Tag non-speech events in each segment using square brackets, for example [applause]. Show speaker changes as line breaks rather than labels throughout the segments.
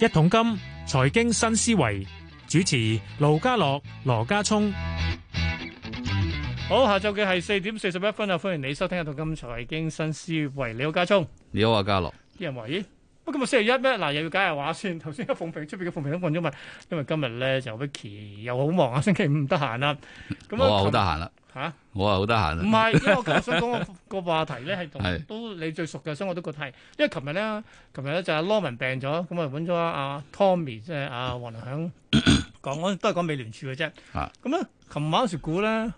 一桶金財經新思維主持盧家樂、羅家聰。
好，下晝嘅係四點四十一分啊！歡迎你收聽《一桶金財經新思維》，你好，家聰。
你好啊，家樂。
啲人話：咦，乜今日星期一咩？嗱，又要解下話先。頭先阿鳳平出邊嘅鳳平都問咗問，因為今日咧就 Vicky 又好忙啊，星期五唔得閒啦。咁
我啊好
啊
得閒啦，
琴，嚇
我啊好得閒
唔
啦。
係，因為我琴日想講
[laughs]
個個話題咧係同
係
都你最熟嘅，所以我都覺得係。因為琴日咧，琴日咧就阿 Lawman 病咗，咁啊揾咗阿 Tommy 即係阿黃良
[laughs]
響講，我都係講美聯儲嘅啫。
啊
咁咧，琴晚嗰時估咧，嗱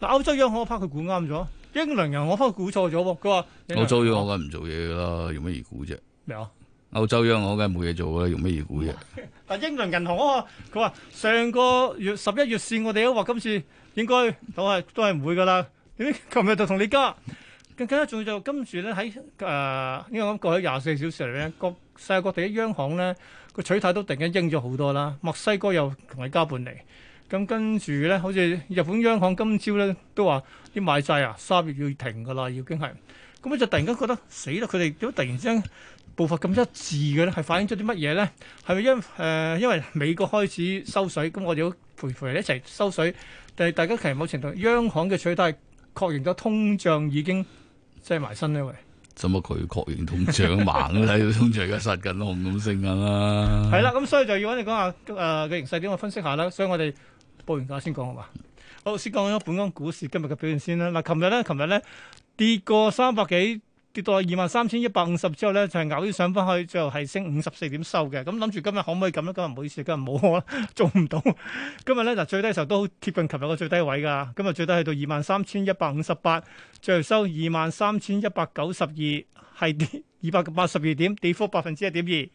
歐洲央行我怕佢估啱咗，英倫銀行我怕佢估錯咗喎。佢話
歐洲央行梗係唔做嘢噶啦，用乜嘢估啫？
咩啊？
歐洲央行梗係冇嘢做啦，用乜嘢估啫？
但英倫銀行嗰個，佢話上個月十一月線我哋都話今次應該都係都係唔會噶啦。點解琴日就同你加？更加重要就跟住咧喺誒，因為我諗過去廿四小時嚟咧，各世界各地嘅央行咧個取態都突然間鷹咗好多啦。墨西哥又同你加半厘，咁跟住咧，好似日本央行今朝咧都話啲買債啊，三月要停噶啦，已經係。咁我就突然間覺得死啦！佢哋點解突然之間步伐咁一致嘅咧？係反映咗啲乜嘢咧？係咪因誒、呃因為美國開始收水，咁我哋都陪陪你一齊收水？但係大家其實某程度央行嘅取態確認咗通脹已經即係埋身咧，喂，
使乜佢確認通脹盲都
[laughs]
睇到通脹而家殺緊紅咁升緊啦。
係啦，咁所以就要揾你講下誒呃嘅、形勢點，我分析下啦。所以我哋報完價先講好嘛？好，先講咗本港股市今日嘅表現先啦。嗱，琴日咧，琴日咧跌過三百幾。跌到二萬三千一百五十之後咧，就係咬腰上翻去，最後係升五十四點收嘅。咁諗住今日可唔可以咁咧？今日唔好意思，今日冇可能 [laughs] 做唔到。今日咧嗱，最低嘅時候都好貼近琴日個最低位㗎。今日最低去到二萬三千一百五十八，最後收二萬三千一百九十二，係跌二百八十二點，跌幅百分之一點二。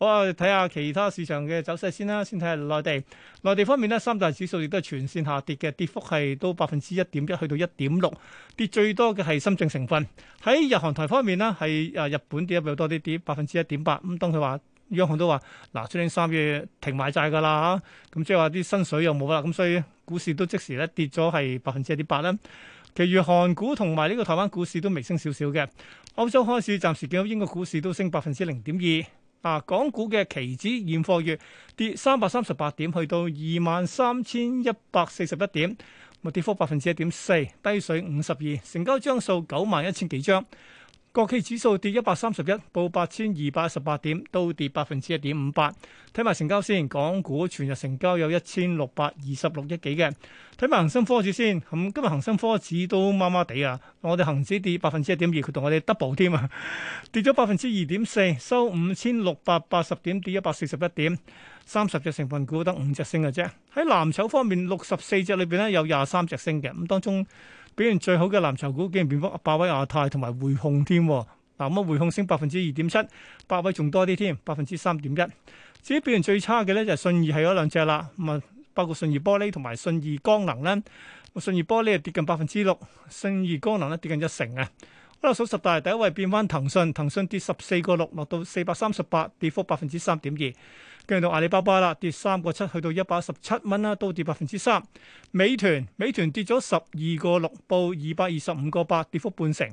好啊，睇下其他市場嘅走勢先啦，先睇下內地。內地方面呢，三大指數亦都係全線下跌嘅，跌幅係都百分之一點一，去到一點六，跌最多嘅係深證成分。喺日韓台方面呢，係誒日本跌得比較多啲，跌百分之一點八。咁當佢話央行都話嗱，出年三月停買債㗎啦，咁即係話啲薪水又冇啦，咁所以股市都即時咧跌咗係百分之一點八啦。其餘韓股同埋呢個台灣股市都微升少少嘅。歐洲開市暫時見到英國股市都升百分之零點二。啊，港股嘅期指現貨月跌三百三十八點，去到二萬三千一百四十一點，咁啊跌幅百分之一點四，低水五十二，成交張數九萬一千幾張。國企指數跌一百三十一，報八千二百一十八點，都跌百分之一點五八。睇埋成交先，港股全日成交有一千六百二十六億幾嘅。睇埋恒生科指先，咁今日恒生科指都麻麻地啊，我哋恒指跌百分之一點二，佢同我哋 double 添啊。跌咗百分之二點四，收五千六百八十點，跌一百四十一點。三十隻成分股得五隻升嘅啫。喺藍籌方面，六十四隻裏邊咧有廿三隻升嘅，咁當中表現最好嘅藍籌股竟然變咗百威亞太同埋匯控添喎。嗱，咁啊匯控升百分之二點七，百威仲多啲添，百分之三點一。至於表現最差嘅咧就係信義係嗰兩隻啦，咁啊包括信義玻璃同埋信義光能咧。信義玻璃係跌近百分之六，信義光能咧跌近一成啊。好啦，數十大第一位變翻騰訊，騰訊跌十四個六，落到四百三十八，跌幅百分之三點二。跟住到阿里巴巴啦，跌三個七，去到一百一十七蚊啦，都跌百分之三。美團，美團跌咗十二個六，報二百二十五個八，跌幅半成。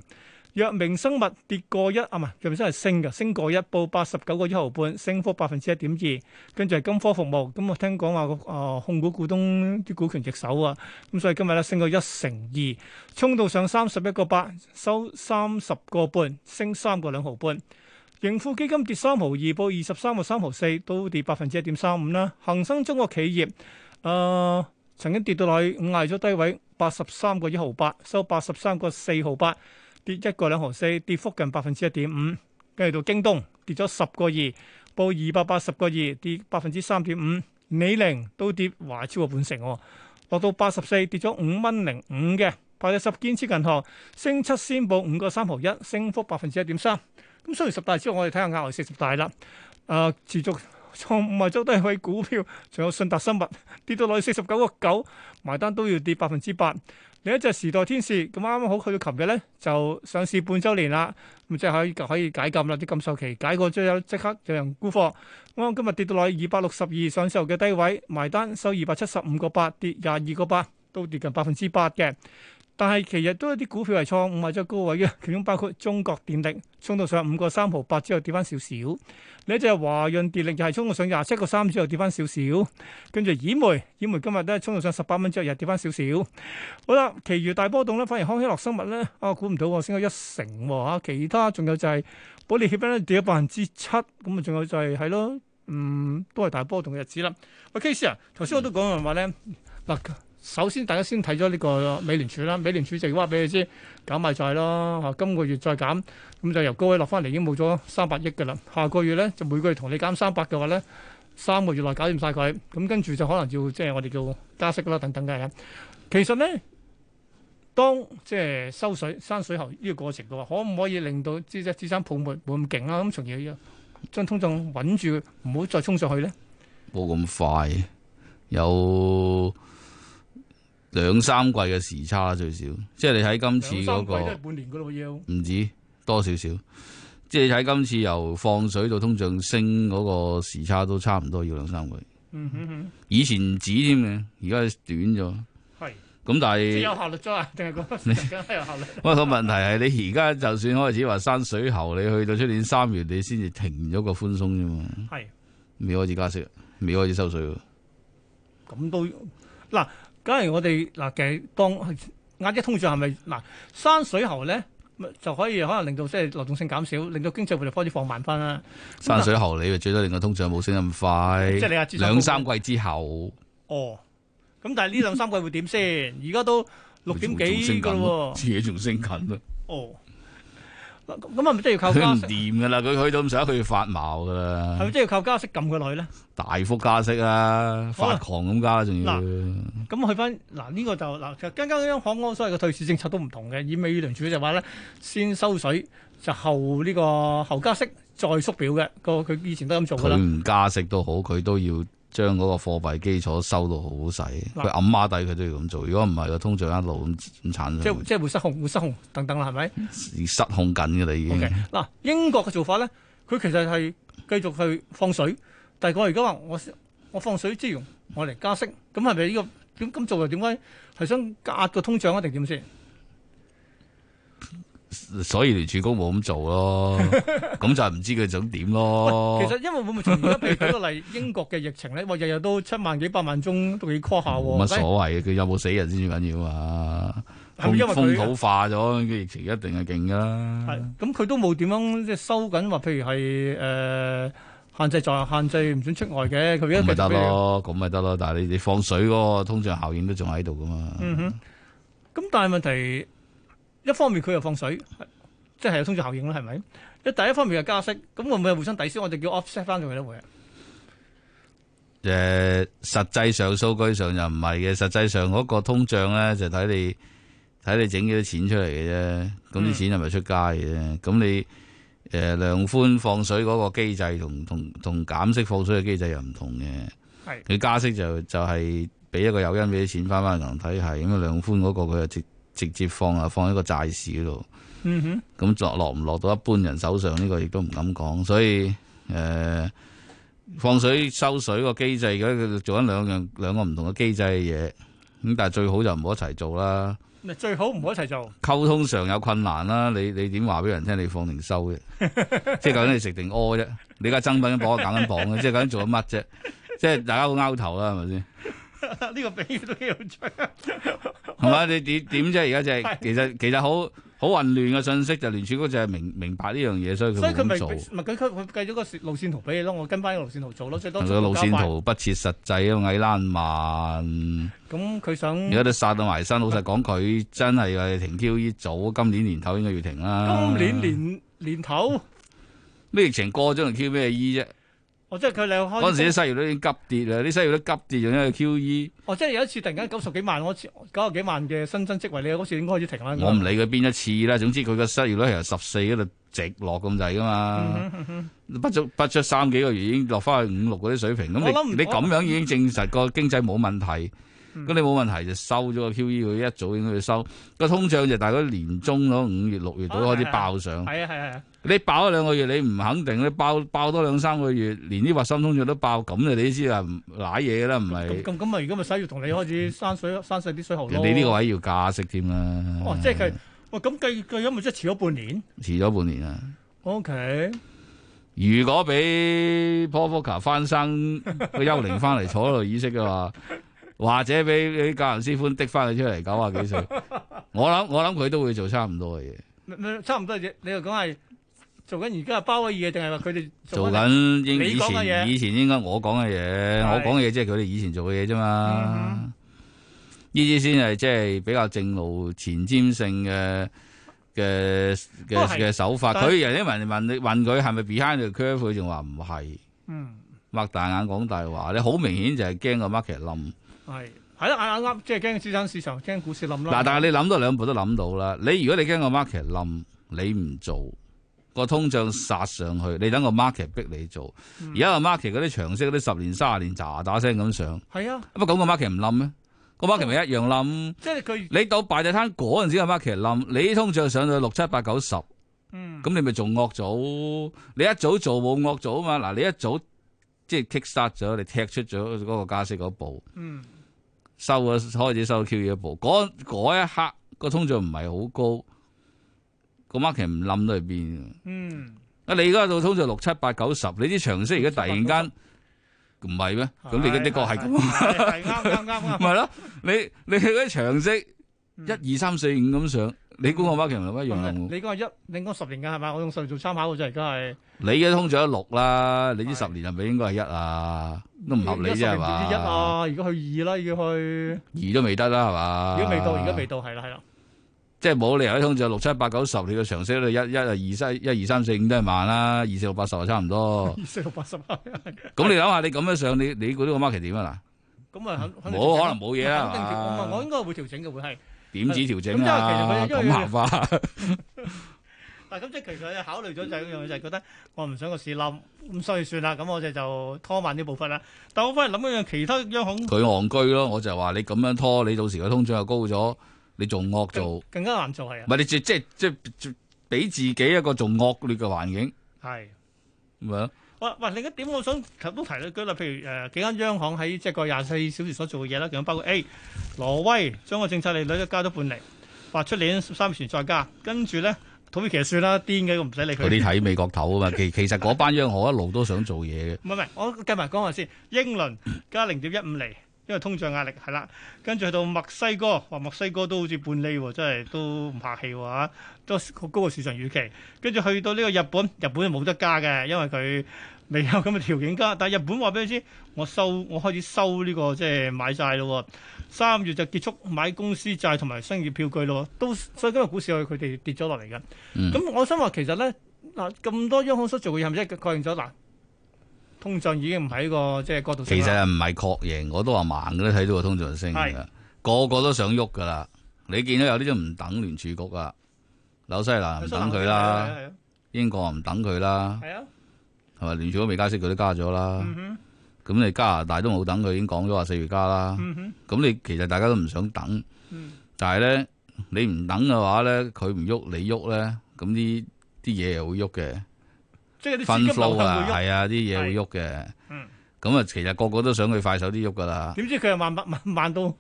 藥明生物跌過一啊，唔係藥明生物係升嘅，升過一，報八十九個一毫半，升幅百分之一點二。跟住係金科服務，咁我聽講話個啊控股股東啲股權易手啊，咁所以今日咧升過一成二，衝到上三十一個八，收三十個半，升三個兩毫半。盈富基金跌三毫二，報二十三個三毫四，都跌百分之一點三五啦。恒生中國企業，誒、呃、曾經跌到落去，捱咗低位八十三個一毫八，收八十三個四毫八，跌一個兩毫四，跌幅近百分之一點五。跟住到京東跌咗十個二，報二百八十個二，跌百分之三點五。李寧都跌華超過半成喎，落到八十四，跌咗五蚊零五嘅。排第十建設銀行升七仙報五個三毫一，升幅百分之一點三。咁雖然十大之後，我哋睇下額外四十大啦。誒、持續創五日周低位股票，仲有信達生物跌到落去四十九個九，埋單都要跌百分之八。另一隻時代天使咁啱啱好去到琴日咧，就上市半週年啦，咁即係可以可以解禁啦，啲禁售期解過之後即刻有人沽貨。啱啱今日跌到落去二百六十二上市後嘅低位，埋單收二百七十五個八，跌廿二個八，都跌近百分之八嘅。但係其日都有啲股票係創五或者高位嘅，其中包括中國電力衝到上五個三毫八之後跌翻少少，另一隻華潤電力就係衝到上廿七個三之後跌翻少少，跟住兗煤，兗煤今日都係衝到上十八蚊之後又跌翻少少。好啦，其餘大波動咧，反而康希諾生物咧，啊估唔到喎，升咗一成喎、啊其他仲有就係保利協鑫咧跌咗百分之七，咁啊仲有就係係咯，嗯都係大波動嘅日子啦。喂 K 師啊，頭先我都講人話咧，嗱首先大家先睇咗呢個美聯儲啦，美聯儲就話俾你知減買債咯，嚇今個月再減，咁就由高位落翻嚟已經冇咗三百億㗎啦。下個月咧就每個月同你減三百嘅話咧，三個月內搞掂晒佢，咁跟住就可能要即係我哋叫加息啦等等嘅嘢。其實咧。當即係收水、山水喉呢個過程嘅話，可唔可以令到資質資產泡沫冇咁勁啦？啊咁從而將通脹穩住，唔好再衝上去咧？
冇咁快，有兩三季嘅時差最少，即係你睇今
兩
次
三季
嗰、
都
個
係半年嘅咯喎，要
唔止多少少，即係你睇今次由放水到通脹升嗰個時差都差唔多要兩三季，
嗯哼哼，
以前唔止添嘅，而家短咗。
係
咁但
即係
係
有效率咗啊？定係講
[laughs]
突然間有效率？
不過個問題係你而家就算開始話山水喉，你去到出年三月你先至停咗個寬鬆啫嘛，
係
未開始加息，未開始收水喎。
咁都嗱，假如我哋嗱嘅當壓抑通脹係咪嗱山水喉咧，咪就可以可能令到即係流動性減少，令到經濟活力開始放慢翻啦。
山水喉你就最多令個通脹冇升咁
即係
快，
你話資產泡沫
兩三季之後
哦，咁但係呢兩三季會點
[laughs]
先？而家都六點
仲
幾
升
噶
緊
咯喎。
自己仲升緊咯，嗯
哦，嗱咁咁係咪真係要靠
佢
加
唔 [laughs]
息？
掂噶啦，佢去到咁上下佢要發毛噶
係
啦
咪，真係要靠加息撳佢落去咧？
大幅加息啊，
好啦
發狂咁加仲要，
咁去翻嗱呢個就嗱，其實間間央行嗰個所謂嘅退市政策都唔同嘅。以美聯儲就話咧，先收水就後呢、個後加息再縮表嘅。個佢以前都咁做㗎
佢
啦。
唔加息都好，佢都要將嗰個貨幣基礎收到好細，佢揞孖底佢都要咁做，如果唔係個通脹一路咁咁產
即
生
係，即係會失控，會失控等等啦，係咪
失控緊噶啦已經。
？OK，嗱，英國嘅做法咧，佢其實係繼續去放水，但係我而家話我我放水之餘，我嚟加息，咁係咪呢個點咁做又點解係想壓個通脹啊？定點先？
所以聯儲局冇咁做
[laughs]
咯，咁就唔知佢想點咯。
其實因為會唔會從而家譬如舉
[laughs]
個例，英國嘅疫情咧，哇，日日都七萬幾八萬宗都幾誇下
冇
喎。
乜所謂嘅，佢有冇死人先至緊要啊！
係咪因為
風
佢
風土化咗，佢疫情一定係勁啊噶啦。
係咁，佢都冇點樣即係收緊話，譬如係誒、呃限制在限制唔准出外嘅，佢而家
咁
繼
咪得
續俾你。
咯，咁咪得咯。但係你你放水嗰個通脹效應都仲喺度噶嘛？
嗯哼，咁但係問題一方面佢又放水，即係有通脹效應啦，係咪？一第一方面又加息，咁會唔會係互相抵消？我哋叫 offset 翻佢咧會啊。
誒、呃實際上數據上就唔係嘅，實際上嗰個通脹咧就睇你睇你整幾多錢出嚟嘅啫，咁
嗯
啲錢係咪出街嘅啫？咁你誒、量寬放水嗰個機制同同同減息放水嘅機制又唔同嘅，
係
佢加息就就係、俾一個誘因俾啲錢翻翻銀行體系，咁啊量寬嗰個佢就直直接放啊放喺個債市嗰度。
嗯哼，
咁落落唔落到一般人手上呢、個亦都唔敢講，所以誒、呃放水收水個機制，而家佢做緊兩樣兩個唔同嘅機制嘅嘢，咁但係最好就唔好一齊做啦。
咪最好唔好一齊做。 [laughs]
溝通上有困難啦，你你點話俾人聽你放定收啫？ [laughs] 即係究竟你食定屙啫？你而家增品磅減緊磅嘅，即係究竟做緊乜啫？即係大家好拗頭啦，係咪先？
呢個比喻都幾有趣。
係咪？你點點啫？而家
[laughs]
就係其實其實好好混亂嘅信息，就聯儲局就係明明白呢樣嘢，所以佢
所以佢
冇
咪
咁做。
咪佢佢佢計咗個路線圖俾你咯，我跟翻個路線圖做咯，最多
佢
速度
個路
加
線
快。
圖不切實際啊，矮爛
嗯
慢，
咁佢想
而家都殺到埋身。老實講，佢真係話停 QE 早，今年年頭應該要停啦。
今年年年頭，
咩疫情過咗，仲 Q 咩 E 啫？
我哦即係佢哋開
嗰陣時啲失業率已經急跌啦，啲失業率急跌，仲因為 QE。
我哦即係有一次突然間九十幾萬，我九十幾萬嘅新增職位，你嗰時應該開始停啦。
我唔理佢邊一次啦，總之佢個失業率係由十四嗰度直落咁滯噶嘛
嗯。哼嗯哼
不足不足三幾個月已經落翻去五六嗰啲水平，咁
我諗唔
你你咁樣已經證實個經濟冇問題。
嗯
咁你冇問題就收咗個 QE，佢一早應該要收。個通脹就大概年中咯，五月六月到開始爆上。
係啊係啊係啊，
你爆咗兩個月，你唔肯定，你爆爆多兩三個月，連啲核心通脹都爆，咁你你知啊，唔瀨嘢㗎啦，唔
咁
係
咁咁咪而家咪使要同你開始閂水閂細啲水喉咯。
人哋呢個位要加息添啦。
哦，即係佢，哇咁計計咁咪即係遲咗半年。
遲咗半年啊！
O K，
如果俾 p o v o k a 翻生個幽靈翻嚟坐喺度意識
[laughs]
嘅話，或者俾俾教人師傅滴翻佢出嚟九啊
[laughs]
幾歲，我諗我諗佢都會做差唔多嘅嘢，
咪咪差唔多啫。你又講係做緊而家係包嘅嘢，定係話佢哋
做
緊？
緊應
你
以
講嘅嘢
前以前應該我講嘅嘢，
係
我講嘅嘢即係佢哋以前做嘅嘢
嗯
啫嘛。呢啲先係即係比較正路前瞻性嘅嘅
不過係
嘅嘅手法。
但係
佢人哋問問你問佢係咪 behind the curve，佢仲話唔係。
嗯，
擘大眼講大話咧，好明顯就係驚個 market 冧。
係係啦，啱啱啱即係驚資產市場，驚股市冧啦。
嗱，但係你諗多兩步都諗到啦。你如果你驚個 market 冧，你唔做個通脹殺上去，你等個 market 逼你做。而家個 market 嗰啲長息嗰啲十年、三十年喳喳聲咁上，
係啊，
咁啊咁個 market 唔冧咩？個 market 咪一樣冧。
即係佢
你到敗地攤嗰陣時個 market 冧，你通脹上到六七八九十，咁
嗯
你咪仲惡組。你一早做冇惡組啊嘛。嗱，你一早即係 kick start 咗，你踢出咗嗰個加息嗰步。
嗯
收咗開始收 QE 一步，嗰嗰一刻個通脹唔係好高，個 market 唔冧到去邊嘅。
嗯
啊，你而家到通脹六七八九十，你啲長息而家突然間唔係咩？咁你嘅的確係咁，
係係係啱啱啱啱。
[laughs] 咪咯？你你嗰啲長息一二三四五咁上，你估個 market 唔係一樣啊
咁
冧
嗯你
喎？
你講係一，你講十年㗎係嘛？我用十年做參考嘅啫，而家係
你嘅通脹一六啦，你呢
係
十年係咪應該係一啊？都唔合理啫係嘛？
一啊，而家去二啦，要去，
二都未得啦係嘛？
如果未到，而家未到，係啦係啦。
即係冇理由啲通脹六七八九十，你個長息率一一二三一二三四五都係萬啦，二四六八十啊就差唔多。
[laughs] 二四六八十
[laughs]
啊，
咁你諗下，你咁樣上，你你估呢個 market 點啊？
咁啊肯
嗱，
肯定
冇可能冇嘢啊
肯定調我
啦，
我應該會調整嘅，會係。
點止調整
咁
啊？
即係其實佢
咁麻 [laughs] 煩，
但係咁即係其實考慮咗就係一樣嘢，就係覺得我唔想個市冧，咁所以算啦，咁我哋就拖慢啲步伐啦。但我反而諗一樣其他央行
佢戇居咯。我就係話你咁樣拖，你到時個通脹又高咗，你仲惡做，
更
唔
更加難做係啊，
係你即即即即俾自己一個仲惡劣嘅環境，
係。
咪咯
喂喂，另一點我想提都提到舉例，譬如誒、呃、幾間央行喺即係個廿四小時所做嘅嘢啦，咁包括 A 挪威將個政策利率都加咗半厘，話出年三月前再加，跟住咧土耳其就算啦，癲嘅我唔使理
佢
佢。
啲睇美國頭啊嘛。其其實嗰班央行一路都想做嘢嘅。
唔係唔係，我計埋講下先。英倫加零點一五厘，因為通脹壓力係啦。跟住去到墨西哥，話墨西哥都好似半厘喎，真係都唔客氣喎嚇都好高過市場預期。跟住去到呢個日本，日本就冇得加嘅，因為佢未有咁嘅條件加。但係日本話俾你知，我收我開始收呢、個即係買債咯喎。三月就結束買公司債同埋商業票據咯喎，都所以今日股市佢佢哋跌咗落嚟嘅。咁、
嗯
我想話其實咧，嗱咁多央行所做嘅嘢係咪即係確認咗嗱？通脹已經唔喺個即係過度
其實唔係確認，我都話盲嘅咧，睇到個通脹升
係
嘅，個個都想喐噶啦。你見到有啲都唔等聯儲局啊，紐西啊蘭唔等佢啦，
係啊
英國唔等佢啦，
係啊，
係咪聯儲局未加息佢都加咗啦？
嗯哼，
咁你加拿大都冇等佢，已經講咗話四月加啦。
嗯哼，
咁你其實大家都唔想等
嗯，
但係咧你唔等嘅話咧，佢唔喐你喐咧，咁啲啲嘢又會喐嘅。
即係啲資
分
金流
flow
向
啊，
會喐，
係啊，啲嘢會喐嘅
嗯。
咁啊，其實個個都想佢快手啲喐噶啦。
點知佢又慢慢慢慢到 [laughs]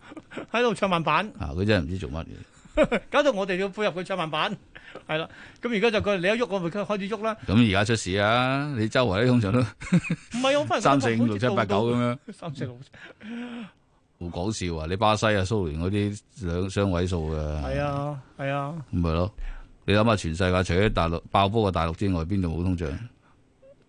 喺度唱慢板，
啊，佢真係唔知做乜嘢。
搞到我哋要配合佢唱慢板，係啦。咁而家就佢你一喐我咪開始喐啦。
咁而家出事啊！你周圍啲通
[laughs]
常都
唔係我反而覺得
三四五六七八九咁樣，
三四六，
好講笑啊！你巴西啊、蘇聯嗰啲兩雙位數嘅，
係，啊係啊，
咁咪咯。你諗下，全世界除咗大陸爆煲嘅大陸之外，邊度冇通脹？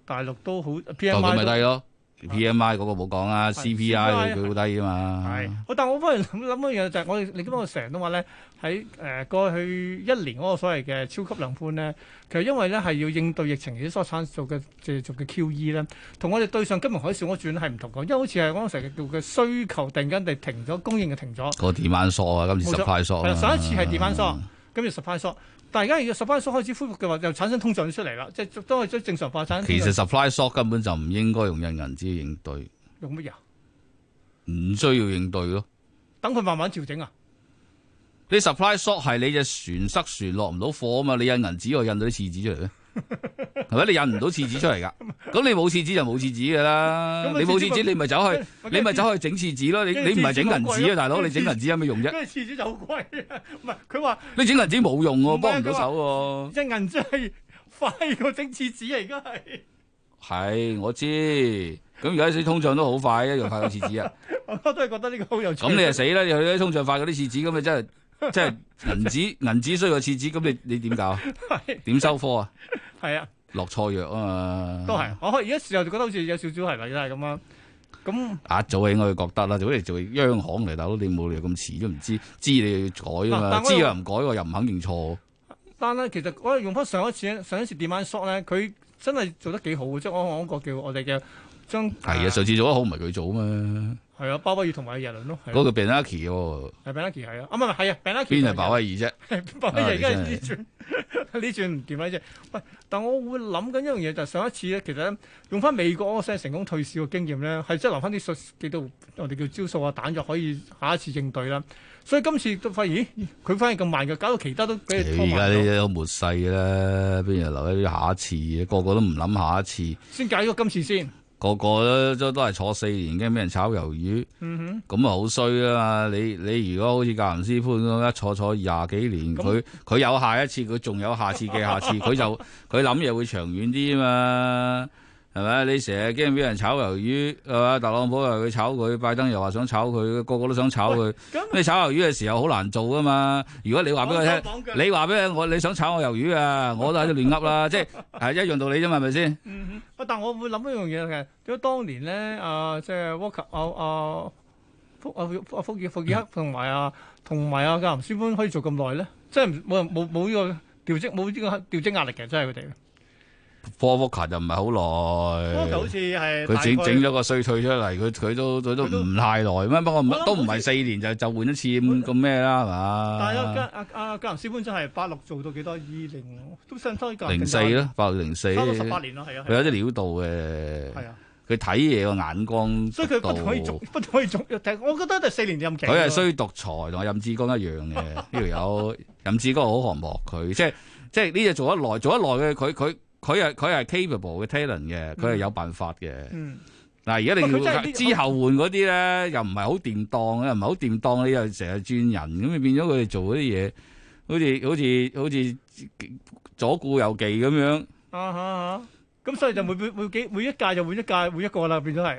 大陸都好
哦，咁咪
PMI 都啊
低咯。P M I 嗰個冇講啊
係
，C P I
CPI
佢好低啊
係
嘛。，
我但我反而諗諗一樣就係我哋，你記唔記得我成日都話咧，喺誒過去一年嗰個所謂嘅超級量寬咧，其實因為咧係要應對疫情而啲所產做嘅即係做嘅 QE 咧，同我哋對上金融海嘯嗰轉係唔同嘅，因為好似係我成日叫嘅需求突然間地停咗，供應就停咗，
個 demand 疏啊，今次
冇錯
supply 疏
係
啊
啦，
嘛。
上一次係 demand 疏，跟住 supply 疏，但係而家要 supply 疏開始恢復嘅話，又產生通脹出嚟啦，即係當係將正常化產生。
其實 supply 疏根本就唔應該用印銀紙應對，
用乜嘢啊？
唔需要應對咯。
等佢慢慢調整啊。
你 supply short 係你隻船塞船落唔到貨啊嘛，你印銀紙又印到啲廁
[laughs]
紙出嚟嘅，係咪？你印唔到廁紙出嚟㗎，咁你冇廁紙就冇廁紙㗎啦
啊咁。啊
你冇
廁
廁
紙咪
紙你咪走去，你咪走去整廁紙咯。你
跟
你
住
唔係
廁紙
整銀
好
紙
貴
啊，
咯
大佬，你
跟住
整銀紙有咩用啫？
跟住廁紙就好貴啊，唔係佢話
你整銀紙冇
唔
用
係
喎，
啊
幫唔到
佢話
手
一銀紙係快過整廁紙啊，而家係。
喎。係我知，咁而家啲通脹都好快，一樣快過廁
[laughs]
紙啊。
我都係覺得呢個好有趣。
咁你就死啦！你去啲通脹快嗰啲廁紙，咁你真係真係銀紙銀紙衰過廁紙，咁你你點搞？啊
[laughs] 係
點收科啊？
係啊，
落錯藥啊嘛！
都係。我而家時候就覺得好似有少少係啦，都係咁啦。咁
壓啊早應該覺得啦，就好似做央行嚟，大佬你冇理由咁遲都唔知，知你要改
嗱
啊嘛，
但我
知
又
又唔改喎，又唔肯認錯。
但咧，其實我哋用翻上一次上一次 demand shock 咧，佢真係做得幾好嘅，即係我講個叫我哋嘅將
係啊，上次做得好唔係佢做啊嘛，
係啊，鮑威爾同埋耶倫咯，係
嗰
啊
個 Benaki 喎，
係 Bernanke 係啊，啊唔係唔係係啊 Bernanke
邊係鮑威爾啫？
係 [laughs] 鮑
啊
威爾而家係呢轉呢轉 [laughs] 唔掂啦啫。喂，但我會諗緊一樣嘢，就係上一次咧，其實咧用翻美國嗰個成功退市嘅經驗咧，係真係留翻啲術幾到我哋叫招數啊彈藥可以下一次應對啦。所以今次都發現，咦，佢反應咁慢嘅，搞到其他都俾佢拖
而家
慢
呢
咗，
哎啲都末世啦，邊有留喺下一次嘅？個個都唔諗下一次，
先解咗今次先。
個個都都係坐四年，驚俾人炒魷魚。
嗯哼。
咁啊好衰啦！你你如果好似格林斯潘咁一坐坐廿幾年，
咁
佢佢有下一次，佢仲有下次嘅
[laughs]
下次，佢就佢諗嘢會長遠啲啊嘛，係咪？你成日驚俾人炒魷魚係嘛？特朗普又話佢炒佢，拜登又話想炒佢，個個都想炒佢。
咁
你炒魷魚嘅時候好難做噶嘛？如果你話俾佢聽。
聽
你話俾我，你想炒我魷魚啊？我都喺度亂噏啦，即係係一樣道理啫嘛，係咪先？
嗯哼，但我會諗一樣嘢嘅，如果當年咧，啊、即係 Walker 啊啊福啊福啊福爾福爾克同埋啊同埋啊格林斯潘可以做咁耐咧，即係冇人冇冇呢個調職冇呢個調職壓力嘅，真係佢哋。
科福卡就唔係好耐。
Walker 好似係
佢整
大概
整咗個衰退出嚟，佢佢都佢都
佢都
唔太耐咩？不過唔
我諗
都唔
好
係
似
四年就就換一次咁咁咩啦，係
但係啊格
嘛？
啊啊格林斯潘真係八六做到幾多？二零都相當於
零四啦，八零四，
差唔多十八
佢
年咯，係啊，
有啲料到
係
嘅，
啊，
佢睇嘢個眼光
所以佢
度
不可以續，不可以續。但係我覺得就四年任期。
佢係衰獨裁同阿任志剛一
[laughs]
樣嘅，呢條友任志剛好寒薄佢，即係即係呢嘢做得耐，做得耐嘅佢佢佢係佢係 capable 嘅 talent 嘅，佢係有辦法嘅。
嗯。
嗱，而家你
喂佢真係呢
之後換嗰啲咧，又唔係好掂當嘅，又唔係好掂當，你又成日轉人，咁你變咗佢哋做嗰啲嘢，好似好似好似左顧右忌咁樣。
啊哈哈！咁所以就每每每幾每一屆就換一屆換一個啦，變咗係。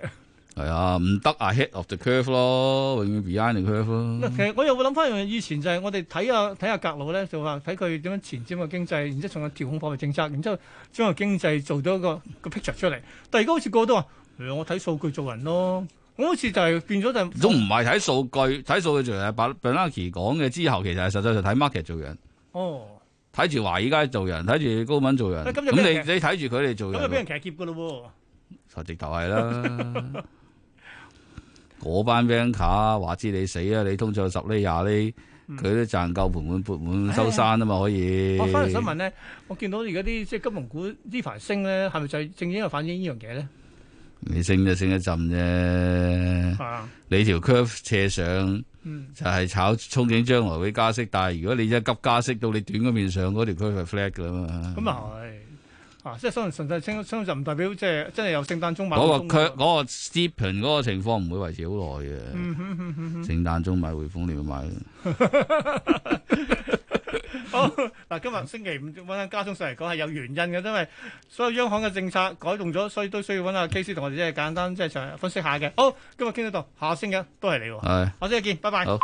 係啊，唔得啊，head of the curve 咯，永遠 behind the curve 咯
嗱，其。實我又會諗翻一樣嘢，以前就係我哋睇下睇下格魯咧，就話睇佢點樣前瞻個經濟，然之後仲有調控貨幣政策，然之後將個經濟做到一個個 picture 出嚟。但係而家好似個個都話，誒我睇數據做人咯。我好似就係變咗就係
都唔係睇數據，睇數據做人係 Bernanke 講嘅之後，其實係實際上睇 market 做人，
哦，
睇住華爾街做人，睇住高敏做人。
喂
咁
咁就俾人
你你睇住佢哋做
咁就
人
俾，人騎劫㗎咯
就直頭係啦。 [laughs] 嗰班 banker 話知你死啊！你通脹十厘廿厘，
嗯
佢都賺夠盤滿缽滿收山啊嘛，可以。
喎。我反而想問咧，我見到而家啲即係金融股呢排升咧，係咪就係正正係反映呢樣嘢咧？
你升就升一陣啫，
啊，
你條 curve 斜上
嗯，
就係炒憧憬將來會加息，但係如果你一急加息到你短嗰面上嗰條 curve 係 flat 噶啦嘛。
咁啊係。啊！即係相信純粹升升就唔代表即係真係有聖誕鐘買
嗰
匯豐
個 curve
㗎
嗰個 steepen 嗰個情況唔會維持好耐嘅。
嗯哼嗯哼嗯
聖誕鐘買匯豐你要買，
哼好嗱，今日星期五揾阿家中上嚟講係有原因嘅，因為所有央行嘅政策改動咗，所以都需要揾阿 K 師同我哋即係簡單即係詳分析下嘅。好，今日傾到度，下星期一都係你喎，
係
下星期見，拜拜。
好。